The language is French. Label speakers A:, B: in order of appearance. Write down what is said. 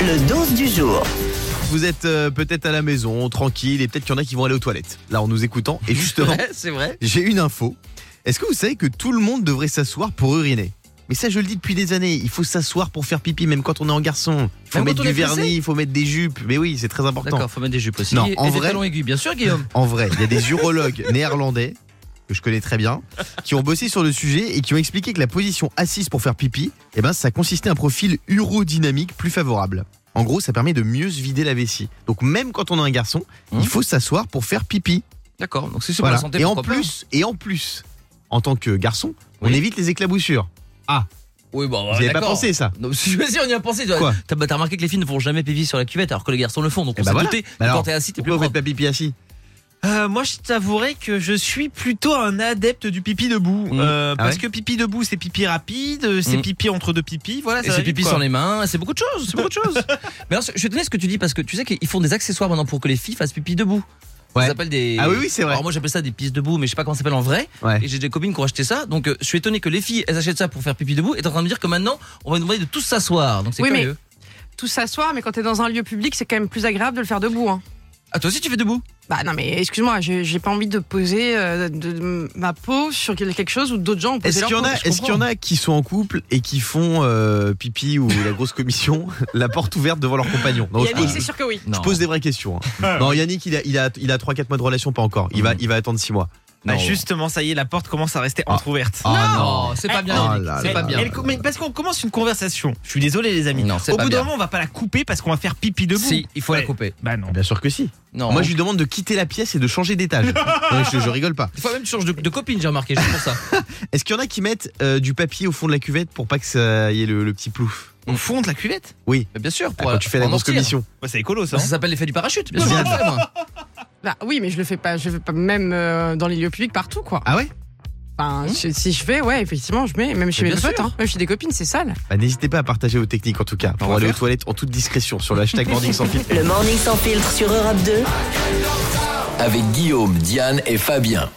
A: Le 12 du jour.
B: Vous êtes euh, peut-être à la maison, tranquille, et peut-être qu'il y en a qui vont aller aux toilettes, là en nous écoutant. Et justement,
C: c'est vrai.
B: j'ai une info. Est-ce que vous savez que tout le monde devrait s'asseoir pour uriner Mais ça, je le dis depuis des années, il faut s'asseoir pour faire pipi, même quand on est en garçon. Il faut
C: Même
B: mettre
C: quand on
B: du
C: est pressé
B: vernis, il faut mettre des jupes. Mais oui, c'est très important.
C: D'accord, faut mettre des jupes aussi.
B: Non,
C: et
B: en
C: des
B: vrai-
C: talons aiguilles, bien sûr, Guillaume.
B: En vrai, il y a des urologues néerlandais que je connais très bien, qui ont bossé sur le sujet et qui ont expliqué que la position assise pour faire pipi, eh ben, ça consistait à un profil urodynamique plus favorable. En gros, ça permet de mieux se vider la vessie. Donc même quand on est un garçon,
C: Mmh.
B: il faut s'asseoir pour faire pipi.
C: D'accord, donc c'est sur
B: Voilà.
C: la santé.
B: et en
C: pourquoi pas.
B: plus, et en plus, en tant que garçon, on
C: Oui. Ah,
B: évite les éclaboussures.
C: Oui, bon,
B: Vous
C: n'avez
B: n'avez pas pensé ça
C: non, si, mais si, on y a pensé. toi.
B: Quoi
C: T'as bah, t'as remarqué que les filles ne font jamais pipi sur la cuvette alors que les garçons le font. Donc
B: Eh
C: on
B: bah
C: s'est
B: voilà.
C: douté.
B: Bah alors,
C: quand t'es assis, t'es plus
B: Pourquoi vous faites
C: propre.
B: pas pipi assis
D: Euh, moi, je t'avouerai que je suis plutôt un adepte du pipi debout.
C: Mmh.
D: Euh,
B: Ah
D: parce
B: ouais
D: que pipi debout, c'est pipi rapide, euh, c'est
C: Mmh.
D: pipi entre deux pipis. Voilà,
C: Et
D: ça
C: c'est
D: va vite,
C: pipi
D: quoi.
C: sans les mains, c'est beaucoup de choses, c'est beaucoup de choses. Mais alors, je te laisse ce que tu dis parce que tu sais qu'ils font des accessoires maintenant pour que les filles fassent pipi debout.
B: Ouais.
C: Ça s'appelle des.
B: Ah oui, oui, c'est vrai.
C: Alors moi j'appelle ça des pistes debout, mais je sais pas comment ça s'appelle en vrai.
B: Ouais.
C: Et j'ai des copines qui ont acheté ça, donc euh, je suis étonné que les filles elles achètent ça pour faire pipi debout. Et t'es en train de me dire que maintenant on va nous demander de tous s'asseoir. Donc c'est
E: Oui, mais-
C: curieux.
E: tout s'asseoir, mais quand t'es dans un lieu public, c'est quand même plus agréable de le faire debout. Hein.
C: Ah toi aussi tu fais debout
E: Bah non, mais excuse-moi, j'ai j'ai pas envie de poser euh, de, de ma peau sur quelque chose où d'autres gens ont posé
B: Est-ce
E: leur
B: qu'il y, en
E: peau.
B: a-
C: je
B: est-ce qu'il y en a qui sont en couple et qui font euh, pipi ou la grosse commission, la porte ouverte devant leur compagnon Non, je
E: Yannick,
B: pose-
E: c'est sûr que oui.
C: Non.
B: Je pose des vraies questions. hein. Non, Yannick, il a, il a, il a 3-4 mois de relation, pas encore.
C: Mmh.
B: Il, va, il va attendre 6 mois.
D: Ah,
B: Non.
D: justement, ça y est, la porte commence à rester
B: Ah.
D: entrouverte.
B: Ah,
C: Non, c'est pas bien.
B: Oh
C: Yannick,
B: là
C: c'est
B: là
C: pas
B: là
C: bien.
D: Mais elle co- mais parce qu'on commence une conversation. Je suis désolé, les amis.
C: Non, c'est
D: Au
C: pas
D: bout
C: bien.
D: d'un moment, on va pas la couper parce qu'on va faire pipi debout.
C: Si, il faut la
D: Ouais.
C: couper.
D: Bah non.
B: Bien sûr que si.
C: Non.
B: Moi, je lui demande de quitter la pièce et de changer d'étage. Ouais, je, je rigole pas.
C: Des fois même tu changes de, de copine, j'ai remarqué, juste pour ça.
B: Est-ce qu'il y en a qui mettent euh, du papier au fond de la cuvette pour pas que ça y ait le, le petit plouf
D: Au fond de la cuvette
C: Mais bien sûr, pour
B: Ah, Quand tu fais la
C: pour en
B: grosse
C: sortir.
B: commission.
D: Bah, C'est écolo, ça.
C: Ça,
D: hein.
C: ça s'appelle l'effet du parachute. Bien sûr, je le fais, moi.
E: Bah oui, mais je le fais pas, je le fais pas même euh, dans les lieux publics partout quoi.
B: Ah ouais
E: Enfin, je- si je vais, ouais, effectivement, je mets, même chez
C: Mais
E: mes
C: bien
E: potes,
C: sûr.
E: hein, même chez des copines, c'est sale.
B: Bah, N'hésitez pas à partager vos techniques en tout cas
C: On
B: pour
C: va
B: aller aux
C: faire.
B: toilettes en toute discrétion sur le hashtag Morning sans filtre.
A: Le morning sans filtre sur Europe 2.
F: avec Guillaume, Diane et Fabien.